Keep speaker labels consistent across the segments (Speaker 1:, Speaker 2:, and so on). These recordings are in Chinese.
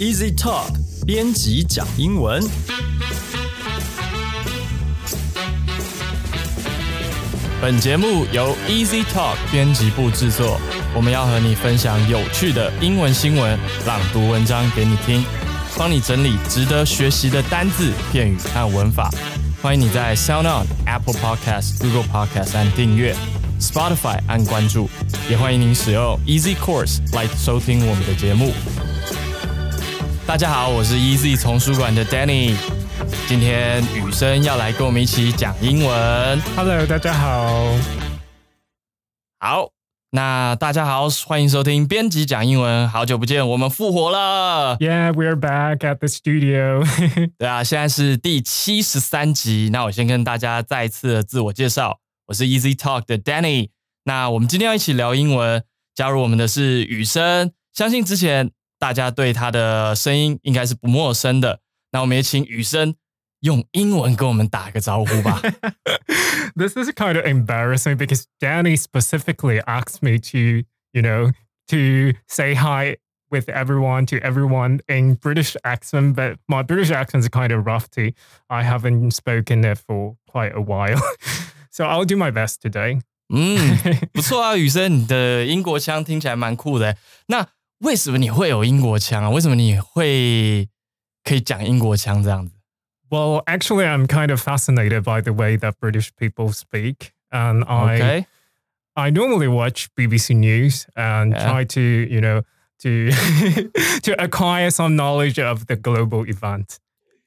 Speaker 1: Easy Top 编辑讲英文。
Speaker 2: 本节目由 Easy Talk 编辑部制作，我们要和你分享有趣的英文新闻，朗读文章给你听，帮你整理值得学习的单字、片语和文法。欢迎你在 Sound On、Apple Podcast、Google Podcast 按订阅，Spotify 按关注，也欢迎您使用 Easy Course 来收听我们的节目。大家好，我是 Easy 丛书馆的 Danny，今天雨生要来跟我们一起讲英文。
Speaker 3: Hello，大家好。
Speaker 2: 好，那大家好，欢迎收听编辑讲英文，好久不见，我们复活了。
Speaker 3: Yeah, we're back at the studio.
Speaker 2: 对啊，现在是第七十三集。那我先跟大家再一次的自我介绍，我是 Easy Talk 的 Danny。那我们今天要一起聊英文，加入我们的是雨生。相信之前大家对他的声音应该是不陌生的。那我们也请雨生用英文跟我们打个招呼吧。
Speaker 3: this is kind of embarrassing because Danny specifically asked me to, you know, to say hi with everyone to everyone in British accent, but my British accent is kind of rusty. I haven't spoken it for quite a while. so I'll do my best today.
Speaker 2: 嗯，不错啊，雨生，你的英国腔听起来蛮酷的。那为什么你会有英国腔啊？为什么你会可以讲英国腔这样子？
Speaker 3: well, actually, I'm kind of fascinated by the way that British people speak. And I.
Speaker 2: OK，
Speaker 3: I normally watch BBC News and
Speaker 2: Yeah.
Speaker 3: try to, you know, to to acquire some knowledge of the global event.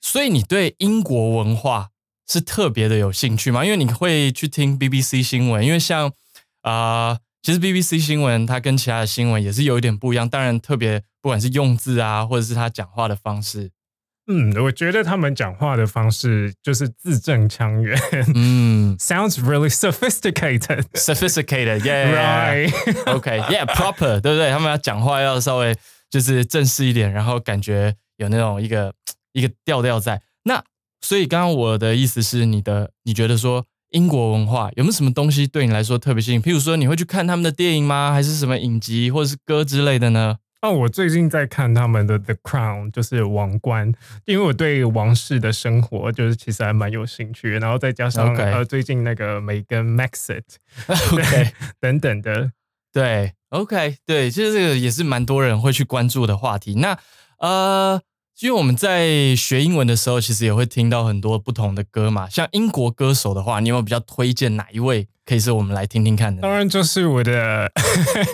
Speaker 2: 所以你对英国文化是特别的有兴趣吗？因为你会去听 BBC 新闻，因为像啊、呃其实 BBC 新闻它跟其他的新闻也是有一点不一样。当然，特别不管是用字啊，或者是他讲话的方式，
Speaker 3: 嗯，我觉得他们讲话的方式就是字正腔圆。
Speaker 2: 嗯
Speaker 3: Sounds really sophisticated.
Speaker 2: ，sophisticated，yeah，
Speaker 3: Right.
Speaker 2: OK，yeah，proper，对不 对？他们要讲话要稍微就是正式一点，然后感觉有那种一个一个调调在。那所以刚刚我的意思是，你的你觉得说英国文化有没有什么东西对你来说特别吸引？譬如说，你会去看他们的电影吗？还是什么影集或者是歌之类的呢？
Speaker 3: 哦，我最近在看他们的《The Crown》，就是《王冠》，因为我对王室的生活就是其实还蛮有兴趣，然后再加上
Speaker 2: OK
Speaker 3: 呃最近那个梅根 Maxit
Speaker 2: OK
Speaker 3: 等等的，
Speaker 2: 对，OK，对，其实这个也是蛮多人会去关注的话题。那呃，因为我们在学英文的时候，其实也会听到很多不同的歌嘛。像英国歌手的话，你有没有比较推荐哪一位可以是我们来听听看的
Speaker 3: 当
Speaker 2: 呢？
Speaker 3: 然就是我的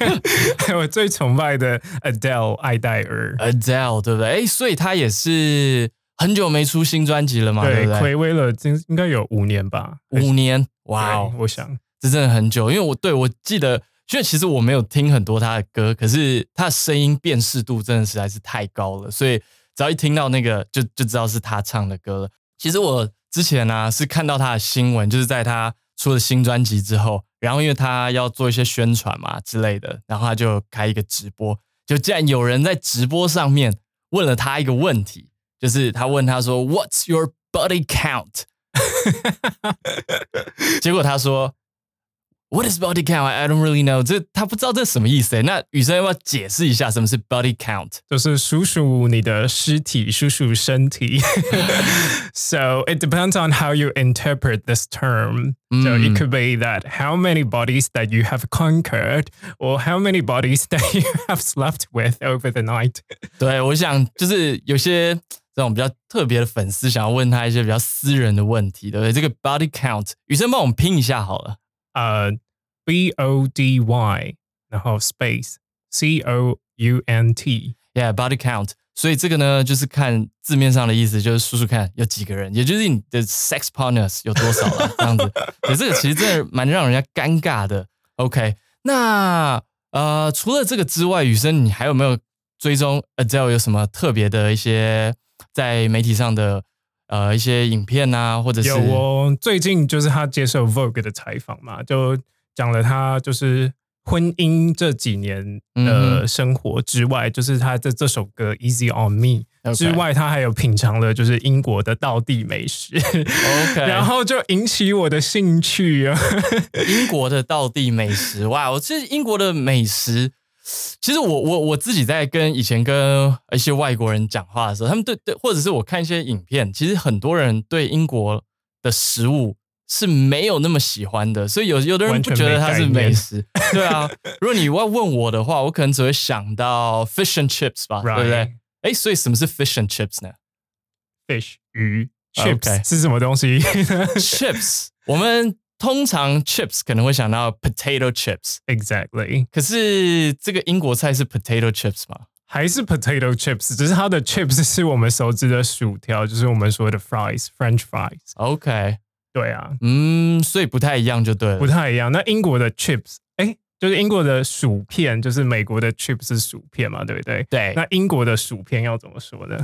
Speaker 3: 我最崇拜的 Adele 艾黛尔。
Speaker 2: Adele，对不对？哎，所以她也是很久没出新专辑了嘛，对
Speaker 3: 对，
Speaker 2: 不对？
Speaker 3: 暌违了今应该有五年吧。
Speaker 2: 五年，哇
Speaker 3: 对
Speaker 2: 哦，
Speaker 3: 我想
Speaker 2: 这真的很久，因为我对我记得，因为其实我没有听很多他的歌，可是他的声音辨识度真的实在是太高了，所以只要一听到那个就就知道是他唱的歌了。其实我之前呢、啊是看到他的新闻，就是在他出了新专辑之后，然后因为他要做一些宣传嘛之类的，然后他就开一个直播，就竟然有人在直播上面问了他一个问题，就是他问他说 “What's your body count？” 结果他说 “What is body count? I don't really know。”这他不知道这什么意思欸。那雨生要不要解释一下什么是 body count？
Speaker 3: 就是数数你的尸体，数数身体。so it depends on how you interpret this term.
Speaker 2: 嗯
Speaker 3: So
Speaker 2: Mm.
Speaker 3: it could be that how many bodies that you have conquered, or how many bodies that you have slept with over the night.
Speaker 2: 对，我想就是有些这种比较特别的粉丝想要问他一些比较私人的问题，对不对？这个 body count，雨生帮我们拼一下好了。
Speaker 3: 呃，b o d y，然后 space c o u n t。
Speaker 2: Yeah，body count。所以这个呢，就是看字面上的意思，就是数数看有几个人，也就是你的 sex partners 有多少了，这样子。可这个其实真的蛮让人家尴尬的。OK，那呃，除了这个之外，雨生，你还有没有追踪 Adele 有什么特别的一些在媒体上的呃一些影片啊，或者是
Speaker 3: 有哦，最近就是他接受 Vogue 的采访嘛，就讲了他就是婚姻这几年
Speaker 2: 嗯
Speaker 3: 的生活之外，就是他这这首歌 Easy on Me
Speaker 2: OK
Speaker 3: 之外，他还有品尝了就是英国的道地美食
Speaker 2: OK，
Speaker 3: 然后就引起我的兴趣啊。
Speaker 2: 英国的道地美食，哇！我其实英国的美食其实我我我自己在跟以前跟一些外国人讲话的时候，他们对对，或者是我看一些影片，其实很多人对英国的食物是没有那么喜欢的，所以有有的人不觉得它是美食。对啊，如果你要问我的话，我可能只会想到 fish and chips 吧
Speaker 3: Right
Speaker 2: 对不对？哎，所以什么是 fish and chips 呢
Speaker 3: fish 鱼
Speaker 2: OK
Speaker 3: chips、是什么东西？
Speaker 2: ？chips，我们通常 chips 可能会想到 potato chips，
Speaker 3: Exactly，
Speaker 2: 可是这个英国菜是 potato chips 吗？
Speaker 3: 还是 potato chips，只是它的 chips 是我们熟知的薯条，就是我们说的 fries，French fries。
Speaker 2: OK，
Speaker 3: 对啊，
Speaker 2: 嗯，所以不太一样就对了。
Speaker 3: 不太一样。那英国的 chips，哎，就是英国的薯片，就是美国的 chips 是薯片嘛，对不对？
Speaker 2: 对，
Speaker 3: 那英国的薯片要怎么说呢？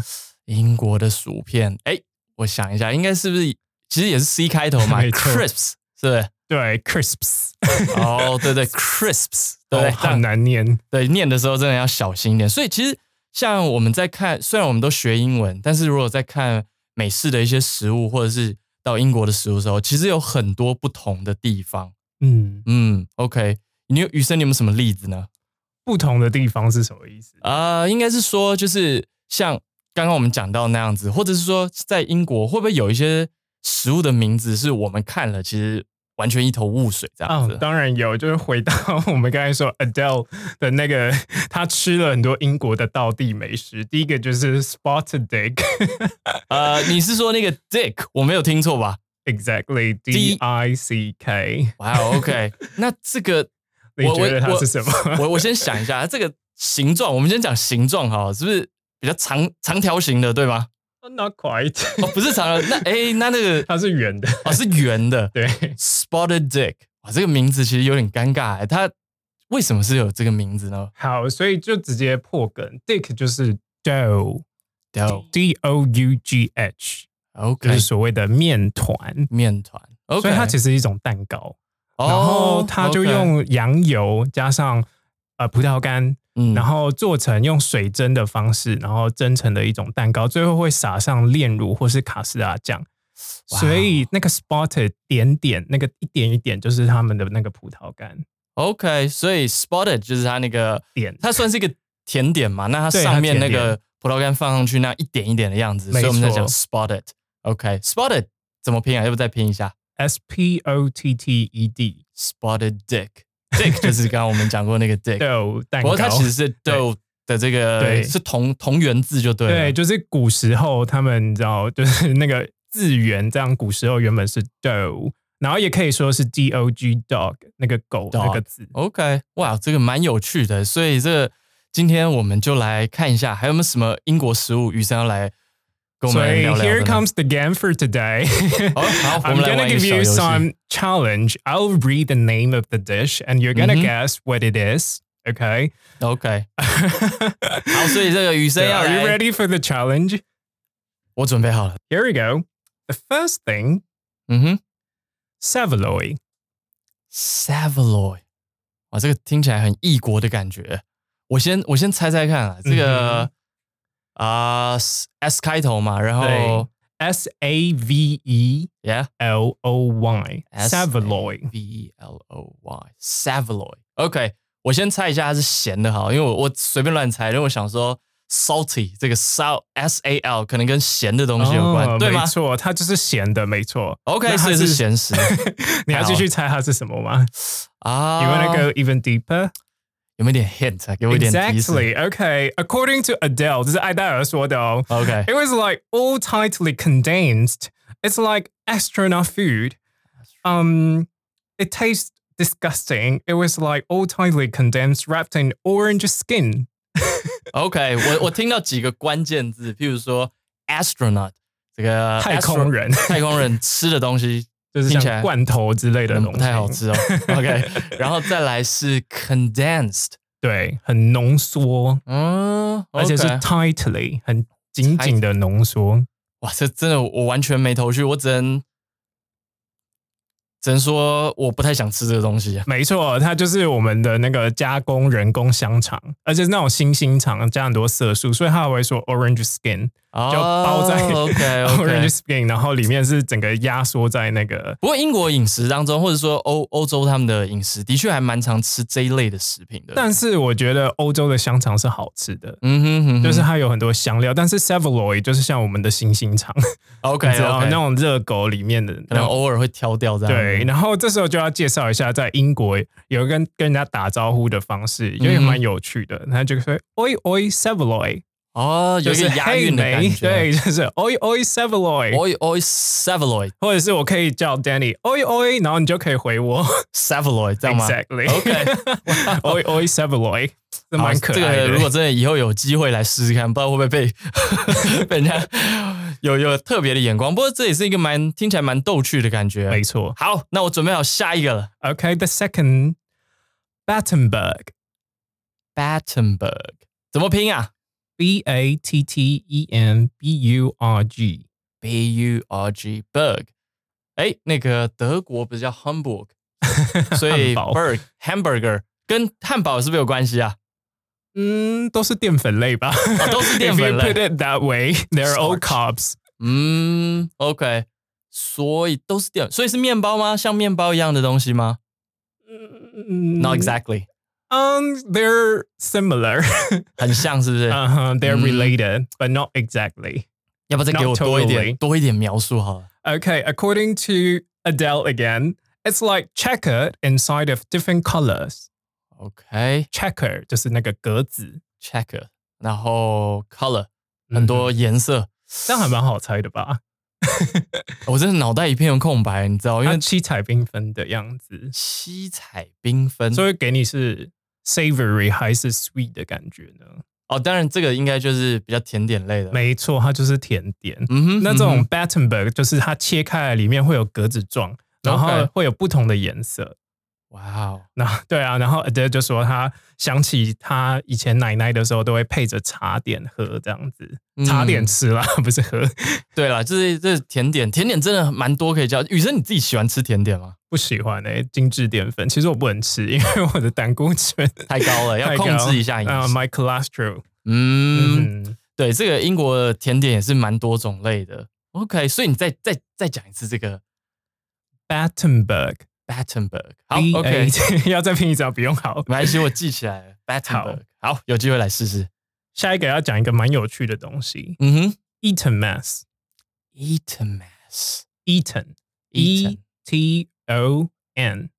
Speaker 2: 英国的薯片，哎，我想一下，应该是不是其实也是 C 开头嘛
Speaker 3: 没错
Speaker 2: ？Crisps 是不是？
Speaker 3: 对，crisps，
Speaker 2: 哦，对对，Crisps，对对，
Speaker 3: 哦
Speaker 2: 这样
Speaker 3: 很难念。
Speaker 2: 对，念的时候真的要小心一点。所以其实像我们在看，虽然我们都学英文，但是如果在看美式的一些食物，或者是到英国的食物的时候，其实有很多不同的地方。
Speaker 3: 嗯，
Speaker 2: 嗯，OK，你有雨生，你有没有什么例子呢？
Speaker 3: 不同的地方是什么意思？
Speaker 2: 啊，应该是说就是像刚刚我们讲到那样子，或者是说在英国会不会有一些食物的名字是我们看了其实完全一头雾水这样
Speaker 3: 哦
Speaker 2: 子？，
Speaker 3: 当然有，就是回到 我们刚才说 Adele 的那个，她吃了很多英国的道地美食。第一个就是 Spotted Dick，Exactly
Speaker 2: 呃，你是说那个 Dick 我没有听错吧？
Speaker 3: D I C K。
Speaker 2: 哇、o k 那这个
Speaker 3: 你
Speaker 2: 我
Speaker 3: 觉得它
Speaker 2: 我
Speaker 3: 是什么？
Speaker 2: 我我先想一下，这个形状，我们先讲形状好了，是不是比较长长条形的，对吧？
Speaker 3: Not quite，
Speaker 2: 哦，不是长的，那哎，那那个
Speaker 3: 它是圆的。
Speaker 2: 哦是圆的
Speaker 3: 对，
Speaker 2: ，Spotted Dick，哇，这个名字其实有点尴尬哎，它为什么是有这个名字呢
Speaker 3: 好，所以就直接破梗。Dick 就是 dough，D
Speaker 2: ？Del
Speaker 3: O U G H，就
Speaker 2: OK
Speaker 3: 是所谓的面团。
Speaker 2: 面团，OK，哦
Speaker 3: 所以它其
Speaker 2: 实
Speaker 3: 实是一种蛋糕。然后它就用羊油加上呃葡萄干，
Speaker 2: 嗯
Speaker 3: 然后做成用水蒸的方式，然后蒸成的一种蛋糕，最后会撒上炼乳或是卡士达酱。
Speaker 2: 哇哦
Speaker 3: 所以那个 spotted 点点，那个一点一点就是他们的那个葡萄干
Speaker 2: OK，所以 Spotted 就是它那个，
Speaker 3: 点。
Speaker 2: 它算是一个甜点嘛，那它
Speaker 3: 对
Speaker 2: 上面那
Speaker 3: 它甜
Speaker 2: 个葡萄干放上去那一点一点的样子，所
Speaker 3: 没
Speaker 2: 以我们在讲
Speaker 3: 错
Speaker 2: Spotted。OK，Spotted 怎么拼啊？要不再拼一下
Speaker 3: S P O T T E D
Speaker 2: ？Spotted Dick。Dick 就是刚刚我们讲过那个 Dick，
Speaker 3: 豆蛋
Speaker 2: 不
Speaker 3: 糕
Speaker 2: 过，它其实是 dough 的这个
Speaker 3: 对
Speaker 2: 是同同源字就对了。
Speaker 3: 对，就是古时候他们你知道，就是那个字源，这样古时候原本是 dough，然后也可以说是 D O G dog 那个狗
Speaker 2: Dog
Speaker 3: 那个字。
Speaker 2: OK，哇，这个蛮有趣的，所以这今天我们就来看一下还有没有什么英国食物，余生要来跟我
Speaker 3: 所
Speaker 2: 们
Speaker 3: 以
Speaker 2: 聊聊的
Speaker 3: here
Speaker 2: 呢
Speaker 3: comes the game for today.
Speaker 2: 好， 好，我
Speaker 3: I'm
Speaker 2: 们来
Speaker 3: gonna
Speaker 2: 玩一个
Speaker 3: give
Speaker 2: 小
Speaker 3: you
Speaker 2: 游戏。
Speaker 3: some challenge. I'll read the name of the dish, and you're gonna
Speaker 2: Mhm.
Speaker 3: guess what it is. Okay.
Speaker 2: OK，好，所以 这个余生
Speaker 3: So
Speaker 2: 要
Speaker 3: are you
Speaker 2: 来，
Speaker 3: ready for the challenge?
Speaker 2: 我准备好了。
Speaker 3: Here we go. The first thing,
Speaker 2: 嗯哼
Speaker 3: saveloy.
Speaker 2: ，Savoy，哇，这个听起来很异国的感觉。我先我先猜猜看啊，这
Speaker 3: 嗯
Speaker 2: 个啊、S- S 开头嘛，然后
Speaker 3: S A V E
Speaker 2: Yeah
Speaker 3: L O Y.
Speaker 2: S-
Speaker 3: Saveloy.
Speaker 2: V E L O Y Savoy。OK，我先猜一下它是咸的好，因为我我随便乱猜，因为我想说 salty 这个 sal S A L 可能跟咸的东西有关，
Speaker 3: 哦
Speaker 2: 对吗
Speaker 3: 没错，Oh, 它就是咸的，没错。
Speaker 2: ？OK，
Speaker 3: 那它
Speaker 2: 所以是
Speaker 3: 是
Speaker 2: 咸 食
Speaker 3: 你要继续猜它是什么吗
Speaker 2: 啊。
Speaker 3: ？You wanna go even deeper?
Speaker 2: 有没有一点 hint 啊？给我一点提示。
Speaker 3: Exactly. Okay. According to Adele, 这是艾戴尔说的哦。
Speaker 2: OK，
Speaker 3: It was like all tightly condensed. It's like astronaut food. Um, it tastes disgusting. It was like all tightly condensed, wrapped in orange skin.
Speaker 2: OK，我我听到几个关键字，譬如说 astronaut 这个
Speaker 3: 太空人
Speaker 2: Uh, astro- 太空人吃的东西
Speaker 3: 就是
Speaker 2: 听起来
Speaker 3: 像罐头之类
Speaker 2: 可
Speaker 3: 的
Speaker 2: 能
Speaker 3: 东
Speaker 2: 不
Speaker 3: 西，
Speaker 2: 太好。吃哦。OK，然后再来是 condensed，
Speaker 3: 对，很浓缩，
Speaker 2: 嗯，
Speaker 3: 而且是
Speaker 2: OK
Speaker 3: tightly，很紧紧的浓缩。
Speaker 2: 哇，这真的我完全没头绪，我只能只能说我不太想吃这个东西。啊
Speaker 3: 没错，它就是我们的那个加工人工香肠，而且是那种新兴肠加很多色素，所以它还会说 orange skin。就包 在
Speaker 2: 哎 OK
Speaker 3: Orange
Speaker 2: OK。
Speaker 3: is the New Black，然后里面是整个压缩在那个
Speaker 2: 不过英国饮食当中，或者说欧欧洲他们的饮食，的确还蛮常吃这一类的食品的。
Speaker 3: 但呃是我觉得欧洲的香肠是好吃的，
Speaker 2: 嗯哼哼哼，
Speaker 3: 就是它有很多香料，但是 Savoy 就是像我们的星星肠，
Speaker 2: OK
Speaker 3: 你知道
Speaker 2: OK，
Speaker 3: 那种热狗里面的
Speaker 2: 可
Speaker 3: 那
Speaker 2: 能
Speaker 3: 种。
Speaker 2: 偶尔会挑掉这样。
Speaker 3: 对，，然后这时候就要介绍一下，在英国有一个跟跟人家打招呼的方
Speaker 2: 嗯
Speaker 3: 式，因为蛮有趣的。他就说 “Oi Oi Savoy”，
Speaker 2: 哦，有
Speaker 3: 就
Speaker 2: 一
Speaker 3: 是
Speaker 2: 个押
Speaker 3: 嘿
Speaker 2: 韵的感
Speaker 3: 梅
Speaker 2: 觉。哦
Speaker 3: 对，就是 “Oi Oi Savoy”，
Speaker 2: ，oi oi savoy
Speaker 3: 或者是我可以叫 Danny “Oi Oi”，然后你就可以回我
Speaker 2: savoy 这样吗
Speaker 3: ，Exactly
Speaker 2: OK，
Speaker 3: Oi Oi Savoy，这
Speaker 2: 好
Speaker 3: 蛮可
Speaker 2: 这
Speaker 3: 爱
Speaker 2: 个
Speaker 3: 的。
Speaker 2: 如果真的以后有机会来试试看，不知道会不会 被被人家有有特别的眼光。不过这也是一个蛮听起来蛮逗趣的感觉
Speaker 3: 没。错
Speaker 2: 好，那我准备好下一个了
Speaker 3: ，OK，the second Battenberg。
Speaker 2: ，Battenberg 怎么拼啊
Speaker 3: B A T T E N B U R G。
Speaker 2: ？B U R G Berg。哎，那个德国不是叫 Hamburg，所以
Speaker 3: 汉堡
Speaker 2: Berg Hamburger 跟汉堡是不是有关系啊？
Speaker 3: 嗯，都是淀粉类吧，
Speaker 2: 都是淀粉
Speaker 3: If you
Speaker 2: 类
Speaker 3: put it that way, they're all carbs。
Speaker 2: 嗯，OK，所以都是淀，所以是面包吗？像面包一样的东西吗、n o t exactly，
Speaker 3: Um, they're similar.
Speaker 2: 很像是不是
Speaker 3: uh huh. They're
Speaker 2: 嗯
Speaker 3: related, but not exactly.
Speaker 2: 要不要再给我
Speaker 3: not
Speaker 2: 多一点
Speaker 3: totally
Speaker 2: 多一点描述好了？
Speaker 3: Okay, according to Adele again, it's like checkered inside of different colors.
Speaker 2: OK，checker，、
Speaker 3: Checker 就是那个格子，
Speaker 2: 然后 color
Speaker 3: 嗯
Speaker 2: 很多颜色，
Speaker 3: 这样还蛮好猜的吧？
Speaker 2: 我真的脑袋一片空白，你知道，因
Speaker 3: 啊
Speaker 2: 为
Speaker 3: 它七彩缤纷的样子。
Speaker 2: 七彩缤纷。
Speaker 3: 所以给你是 savory 还是 sweet 的感觉呢？
Speaker 2: 哦，当然这个应该就是比较甜点类的。
Speaker 3: 没错，它就是甜点。
Speaker 2: 嗯哼，
Speaker 3: 那这
Speaker 2: 嗯
Speaker 3: 种
Speaker 2: 哼
Speaker 3: Battenberg 就是它切开来里面会有格子状，然后
Speaker 2: OK
Speaker 3: 会有不同的颜色。
Speaker 2: 哇哦，
Speaker 3: 那 对啊，然后 Adele 就说她想起她以前奶奶的时候都会配着茶点喝这样子，
Speaker 2: 嗯
Speaker 3: 茶点吃啦， 不是喝。
Speaker 2: 对了，这是这是甜点，甜点真的蛮多可以叫。雨生，你自己喜欢吃甜点吗？
Speaker 3: 不喜欢诶、精致淀粉，其实我不能吃，因为我的胆固醇
Speaker 2: 太高了，要
Speaker 3: 太高
Speaker 2: 控制一下饮
Speaker 3: 啊、
Speaker 2: 食。
Speaker 3: m y cholesterol，
Speaker 2: 嗯，
Speaker 3: 嗯，
Speaker 2: 对，这个英国的甜点也是蛮多种类的。OK，所以你再再再讲一次这个
Speaker 3: Battenberg，
Speaker 2: Battenberg。好
Speaker 3: B A
Speaker 2: ，OK，
Speaker 3: T- 要再拼一次啊，不用好。
Speaker 2: 没关系，我记起来 了。Battenberg，好，有机会来试试。
Speaker 3: 下一个要讲一个蛮有趣的东西
Speaker 2: 嗯哼
Speaker 3: ，Eton Mass。
Speaker 2: ，Eaton Mass。
Speaker 3: Eton
Speaker 2: Eton
Speaker 3: E T O N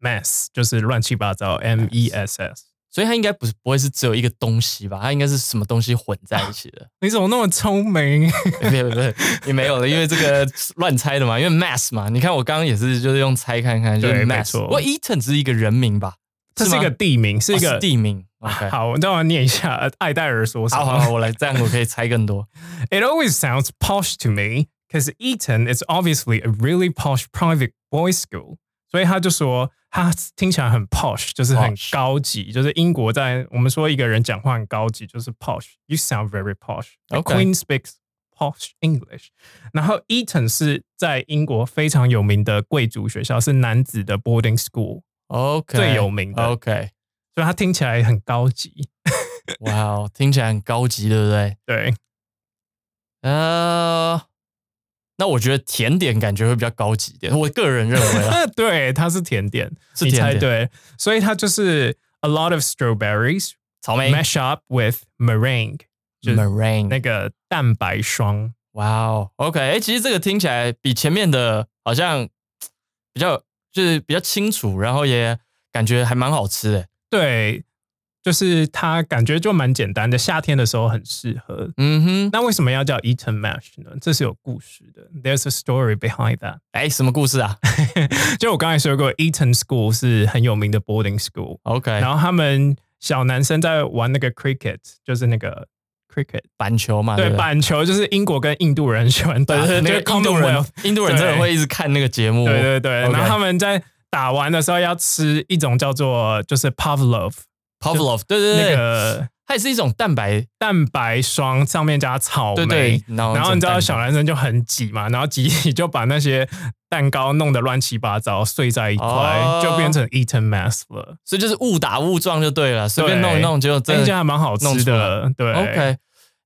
Speaker 3: Mass 就是乱七八糟 M E S S。
Speaker 2: 所以它应该不是不会是只有一个东西吧？它应该是什么东西混在一起的？
Speaker 3: 你怎么那么聪明？
Speaker 2: 没有，没有，也没有了，因为这个乱猜的嘛，因为 mass 嘛。你看我刚刚也是就是用猜看看，就是
Speaker 3: 对没
Speaker 2: mass。
Speaker 3: 错
Speaker 2: 不过 Eaton 只是一个人名吧？
Speaker 3: 这是一
Speaker 2: 吗
Speaker 3: 个地名，是一
Speaker 2: 哦
Speaker 3: 个
Speaker 2: 地名。OK，
Speaker 3: 好，我让我念一下呃艾戴尔说什
Speaker 2: 好好
Speaker 3: 么。
Speaker 2: 好，我来这样我可以猜更多。
Speaker 3: It always sounds posh to me because Eton is obviously a really posh private boys' school。所以他就说，他听起来很 posh，就是很
Speaker 2: Posh
Speaker 3: 高级，就是英国在我们说一个人讲话很高级，就是 posh。You sound very posh. The
Speaker 2: OK
Speaker 3: Queen speaks posh English. 然后 Eton 是在英国非常有名的贵族学校，是男子的 boarding school，
Speaker 2: OK，
Speaker 3: 最有名的
Speaker 2: OK，
Speaker 3: 所以它听起来很高级。
Speaker 2: 哇哦，听起来很高级，对不对？
Speaker 3: 对，
Speaker 2: 呃，那我觉得甜点感觉会比较高级一点，我个人认 为啊，
Speaker 3: 啊，对，它是甜点，
Speaker 2: 是
Speaker 3: 你
Speaker 2: 甜
Speaker 3: 猜
Speaker 2: 点
Speaker 3: 对，所以它就是 a lot of strawberries
Speaker 2: 草莓
Speaker 3: mash up with meringue，就是
Speaker 2: meringue
Speaker 3: 那个蛋白霜。
Speaker 2: 哇哦，OK，哎、其实这个听起来比前面的好像比较就是比较清楚，然后也感觉还蛮好吃的。
Speaker 3: 对，就是它感觉就蛮简单的，夏天的时候很适合。
Speaker 2: 嗯哼，
Speaker 3: 那为什么要叫 Eaton Mash 呢？这是有故事的，There's a story behind that
Speaker 2: 哎、什么故事啊
Speaker 3: 就我刚才说过，Eaton School 是很有名的 boarding school，
Speaker 2: ？OK，
Speaker 3: 然后他们小男生在玩那个 cricket，就是那个 cricket，
Speaker 2: 板球嘛，啊对
Speaker 3: 对，
Speaker 2: 不对，
Speaker 3: 板球就是英国跟印度人喜欢打，
Speaker 2: 对对
Speaker 3: 那
Speaker 2: 对，
Speaker 3: 个
Speaker 2: 印度人
Speaker 3: Commonwealth，
Speaker 2: 印度人真的会一直看那个节目。
Speaker 3: 对对对，
Speaker 2: 哦 OK
Speaker 3: 然后他们在打完的时候要吃一种叫做就是 Pavlov
Speaker 2: Pavlov，对对对，
Speaker 3: 那个
Speaker 2: 它也是一种蛋白，
Speaker 3: 蛋白霜，上面加草莓。
Speaker 2: 对对，哦然后
Speaker 3: 然后你知道小
Speaker 2: 男
Speaker 3: 男生就很挤嘛，然后挤挤就把那些蛋糕弄得乱七八糟，碎在一块，
Speaker 2: 哦
Speaker 3: 就变成 eaten mass 了。
Speaker 2: 所以就是误打误撞就对了，随便弄一弄，结果
Speaker 3: 哎这
Speaker 2: 真
Speaker 3: 一家
Speaker 2: 的
Speaker 3: 还蛮好
Speaker 2: 弄
Speaker 3: 吃
Speaker 2: 出来
Speaker 3: 的，对
Speaker 2: OK。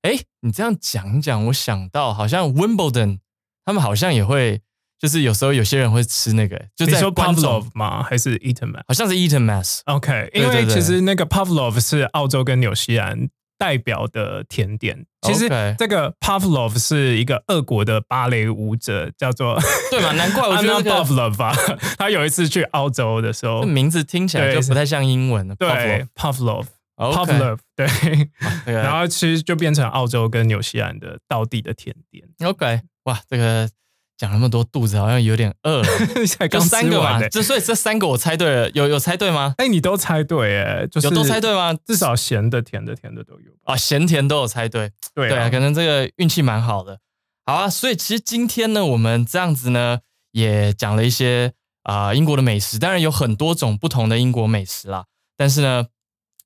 Speaker 2: 哎，你这样讲一讲，我想到好像 Wimbledon 他们好像也会，就是有时候有些人会吃那个，就
Speaker 3: 你
Speaker 2: 在
Speaker 3: 说
Speaker 2: 观众
Speaker 3: Pavlov 吗？还是 Eaton 吗
Speaker 2: 好像是 Eaton Mass，
Speaker 3: ？OK，因
Speaker 2: 对
Speaker 3: 为
Speaker 2: 对
Speaker 3: 其实那个 Pavlov 是澳洲跟纽西兰代表的甜点。其实
Speaker 2: OK
Speaker 3: 这个 Pavlov 是一个俄国的芭蕾舞者，叫做
Speaker 2: 对嘛？难怪哦我觉得
Speaker 3: Anna
Speaker 2: 啊那个
Speaker 3: Pavlov 吧。 他有一次去澳洲的时候
Speaker 2: 这，名字听起来就不太像英文了。
Speaker 3: 对 Pavlov。
Speaker 2: ，Pavlov，
Speaker 3: Pavlov 对，然后其实就变成澳洲跟纽西兰的道地的甜点，
Speaker 2: OK，哇，这个讲那么多，肚子好像有点饿 了。
Speaker 3: 才
Speaker 2: 就
Speaker 3: 刚
Speaker 2: 三
Speaker 3: 吃
Speaker 2: 个
Speaker 3: 完
Speaker 2: 嘛，
Speaker 3: 呢。
Speaker 2: 这所以这三个我猜对了，有有猜对吗？
Speaker 3: 哎，你都猜对哎，就是
Speaker 2: 有都猜对吗？
Speaker 3: 至少咸的、甜的、甜的都有吧？
Speaker 2: 啊，咸甜都有猜对，
Speaker 3: 对
Speaker 2: 对啊，
Speaker 3: 啊，
Speaker 2: 可能这个运气蛮好的。好啊，所以其实今天呢，我们这样子呢，也讲了一些啊、英国的美食，当然有很多种不同的英国美食啦。但是呢，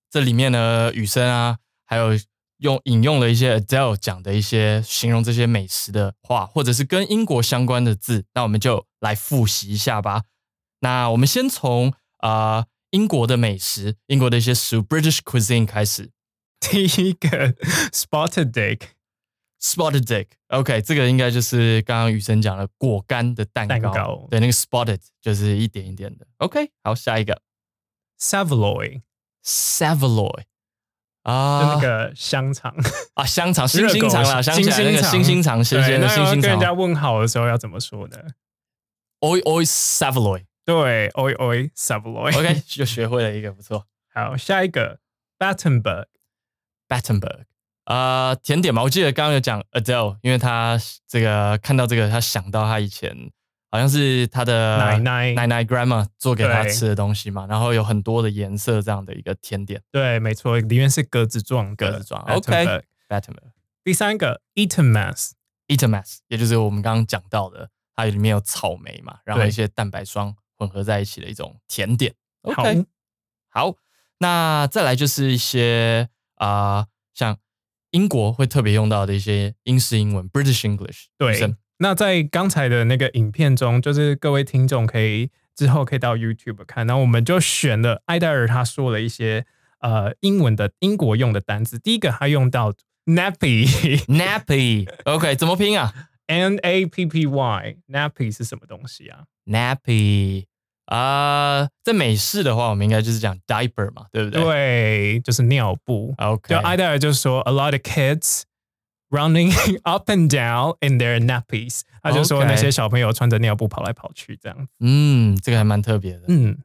Speaker 2: 这里面呢，雨生啊，还有用引用了一些 Adele 讲的一些形容这些美食的话，或者是跟英国相关的字，那我们就来复习一下吧。那我们先从啊、英国的美食，英国的一些食物 British cuisine 开始。
Speaker 3: 第一个 Spotted Dick
Speaker 2: Spotted Dick，OK，、这个应该就是刚刚雨生讲的果干的蛋糕，
Speaker 3: 蛋糕
Speaker 2: 对，那个 Spotted 就是一点一点的。OK，好，下一个
Speaker 3: Savoy，
Speaker 2: Savoy
Speaker 3: 就
Speaker 2: 啊，
Speaker 3: 那个香肠，
Speaker 2: 啊香肠，星星肠
Speaker 3: 热狗
Speaker 2: 啦，想起来那个星
Speaker 3: 星
Speaker 2: 星肠，
Speaker 3: 对
Speaker 2: 新鲜的
Speaker 3: 那
Speaker 2: 星
Speaker 3: 要
Speaker 2: 星
Speaker 3: 跟人家
Speaker 2: 肠
Speaker 3: 问好的时候要怎么说呢？
Speaker 2: ，Oi Oi Savoy，OK，、
Speaker 3: 对，Oi Oi Savoy。
Speaker 2: OK，又 学会了一个，不错。
Speaker 3: 好，下一个 Battenberg，
Speaker 2: Battenberg，呃，甜点嘛，我记得刚刚有讲 Adele，因为她这个看到这个，她想到她以前好像是她的
Speaker 3: 奶奶
Speaker 2: 奶奶 grandma 做给她
Speaker 3: 对
Speaker 2: 吃的东西嘛，然后有很多的颜色这样的一个甜点
Speaker 3: 对，没错，里面是格子状的
Speaker 2: 格子状
Speaker 3: Battenberg
Speaker 2: ，OK。Battenberg
Speaker 3: 第三个 Eaton Mass，
Speaker 2: e a t a m a s 也就是我们刚刚讲到的，它里面有草莓嘛，然后
Speaker 3: 对
Speaker 2: 一些蛋白霜混合在一起的一种甜点。
Speaker 3: 好
Speaker 2: OK，好，那再来就是一些啊、像英国会特别用到的一些英式英文 （British English）。女
Speaker 3: 对
Speaker 2: 生，
Speaker 3: 那在刚才的那个影片中，就是各位听众可以之后可以到 YouTube 看，然后我们就选了艾戴尔他说了一些呃英文的英国用的单词。第一个他用到 nappy
Speaker 2: ，nappy。OK，怎么 拼啊
Speaker 3: n a p p y nappy 是什么东西啊？
Speaker 2: ？nappy 啊、在美式的话，我们应该就是讲 diaper 嘛，对不对？
Speaker 3: 对，就是尿布。
Speaker 2: OK，
Speaker 3: 就艾戴尔就说，a lot of kids running up and down in their nappies，他就说
Speaker 2: OK
Speaker 3: 那些小朋友穿着尿布跑来跑去这样子。
Speaker 2: 嗯，这个还蛮特别的。
Speaker 3: 嗯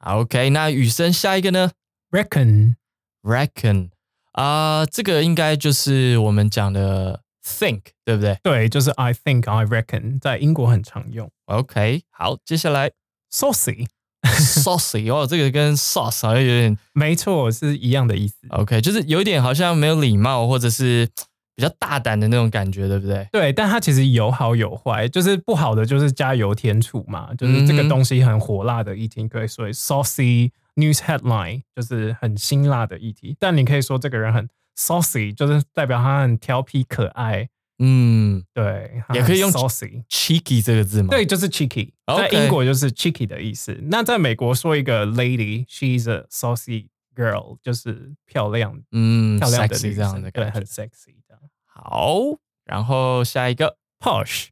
Speaker 2: 好 OK，那雨生下一个呢？
Speaker 3: ，reckon
Speaker 2: reckon 啊、这个应该就是我们讲的 think，对不对
Speaker 3: 对，就是 I think I reckon，在英国很常用。
Speaker 2: ？OK，好，接下 来
Speaker 3: Saucy，
Speaker 2: saucy 哦，这个跟 sauce 好像有点
Speaker 3: 没错，是一样的意思。
Speaker 2: OK，就是有一点好像没有礼貌，或者是比较大胆的那种感觉，对不对？
Speaker 3: 对，但它其实有好有坏，就是不好的就是加油添醋嘛，就是这
Speaker 2: 嗯哼
Speaker 3: 个东西很火辣的议题，可以说 saucy news headline 就是很辛辣的议题。但你可以说这个人很 saucy，就是代表他很调皮可爱。
Speaker 2: 嗯
Speaker 3: 对，他
Speaker 2: 也可以用
Speaker 3: 很 saucy。
Speaker 2: ，cheeky 这个字嘛，
Speaker 3: 对，就是 cheeky，在
Speaker 2: OK
Speaker 3: 英国就是 cheeky 的意思。那在美国说一个 lady，she's a saucy girl，就是漂亮
Speaker 2: 嗯
Speaker 3: 漂亮的
Speaker 2: ，sexy
Speaker 3: 女
Speaker 2: 这样
Speaker 3: 生，
Speaker 2: 的
Speaker 3: 对，
Speaker 2: 感
Speaker 3: 很
Speaker 2: 觉。
Speaker 3: sexy 这样。
Speaker 2: 好，然后下一个
Speaker 3: Posh，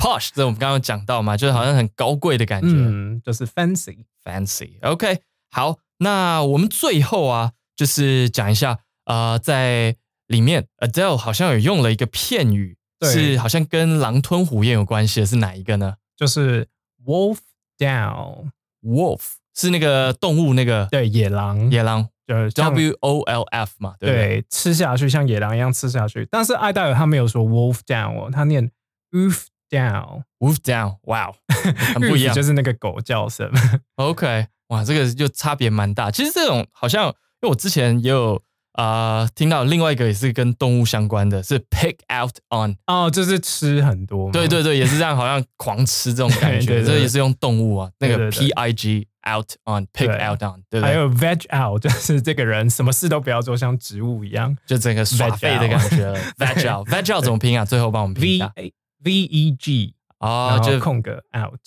Speaker 2: posh，这我们刚刚有讲到嘛，就是好像很高贵的感觉、
Speaker 3: 嗯，就是 fancy。
Speaker 2: f a n c y OK，好，那我们最后啊，就是讲一下，呃，在里面 Adele 好像有用了一个片语，
Speaker 3: 对
Speaker 2: 是好像跟狼吞虎咽有关系的，是哪一个呢
Speaker 3: 就是 wolf down，
Speaker 2: ？Wolf 是那个动物那个
Speaker 3: 对，野狼，
Speaker 2: 野狼
Speaker 3: 就是像
Speaker 2: W O L F 嘛，对不对？
Speaker 3: 对吃下去像野狼一样吃下去。但是艾戴尔他没有说 wolf down 哦，他念 oof down，
Speaker 2: Wolf down，哇、哦，很不一
Speaker 3: Oof
Speaker 2: 样
Speaker 3: 就。是那个狗叫声。
Speaker 2: OK，哇，这个就差别蛮大。其实这种好像，因为我之前也有啊、呃听到另外一个也是跟动物相关的，是 pick out on。
Speaker 3: 哦，就是吃很多嘛。
Speaker 2: 对对对，也是这样，好像狂吃这种感
Speaker 3: 对
Speaker 2: 觉，
Speaker 3: 对对
Speaker 2: 这也是用动物啊，那个
Speaker 3: 对对对
Speaker 2: P I G out on pick
Speaker 3: 对
Speaker 2: out on，对不
Speaker 3: 还
Speaker 2: 对？
Speaker 3: 有 veg out，就是 这个人什么事都不要做，像植物一样。
Speaker 2: 就整个耍废的感觉
Speaker 3: Veg
Speaker 2: ，veg out veg out 怎么拼啊？最后帮我们拼一
Speaker 3: v
Speaker 2: 下
Speaker 3: A- v e g，
Speaker 2: 哦，
Speaker 3: 然
Speaker 2: 就
Speaker 3: 后空格 out。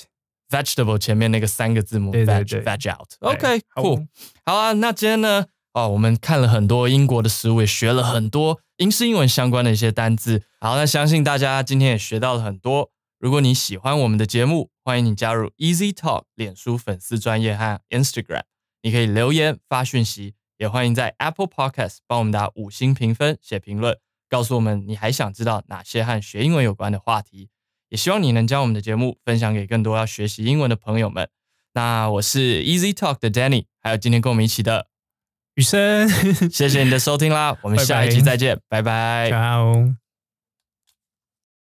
Speaker 2: vegetable 前面那个三个字母
Speaker 3: 对对
Speaker 2: veg
Speaker 3: 对
Speaker 2: veg out。
Speaker 3: 对
Speaker 2: OK，
Speaker 3: 好
Speaker 2: cool，好啊。那今天呢，哦，我们看了很多英国的食物，也学了很多英式英文相关的一些单字。好，那相信大家今天也学到了很多。如果你喜欢我们的节目，欢迎你加入 Easy Talk 脸书粉丝专业和 Instagram，你可以留言发讯息，也欢迎在 Apple Podcast 帮我们打五星评分、写评论，告诉我们你还想知道哪些和学英文有关的话题。也希望你能将我们的节目分享给更多要学习英文的朋友们。那我是 Easy Talk 的 Danny，还有今天跟我们一起的，
Speaker 3: 雨生，
Speaker 2: 谢谢你的收听啦，我们下一集再见，拜拜。
Speaker 3: ciao。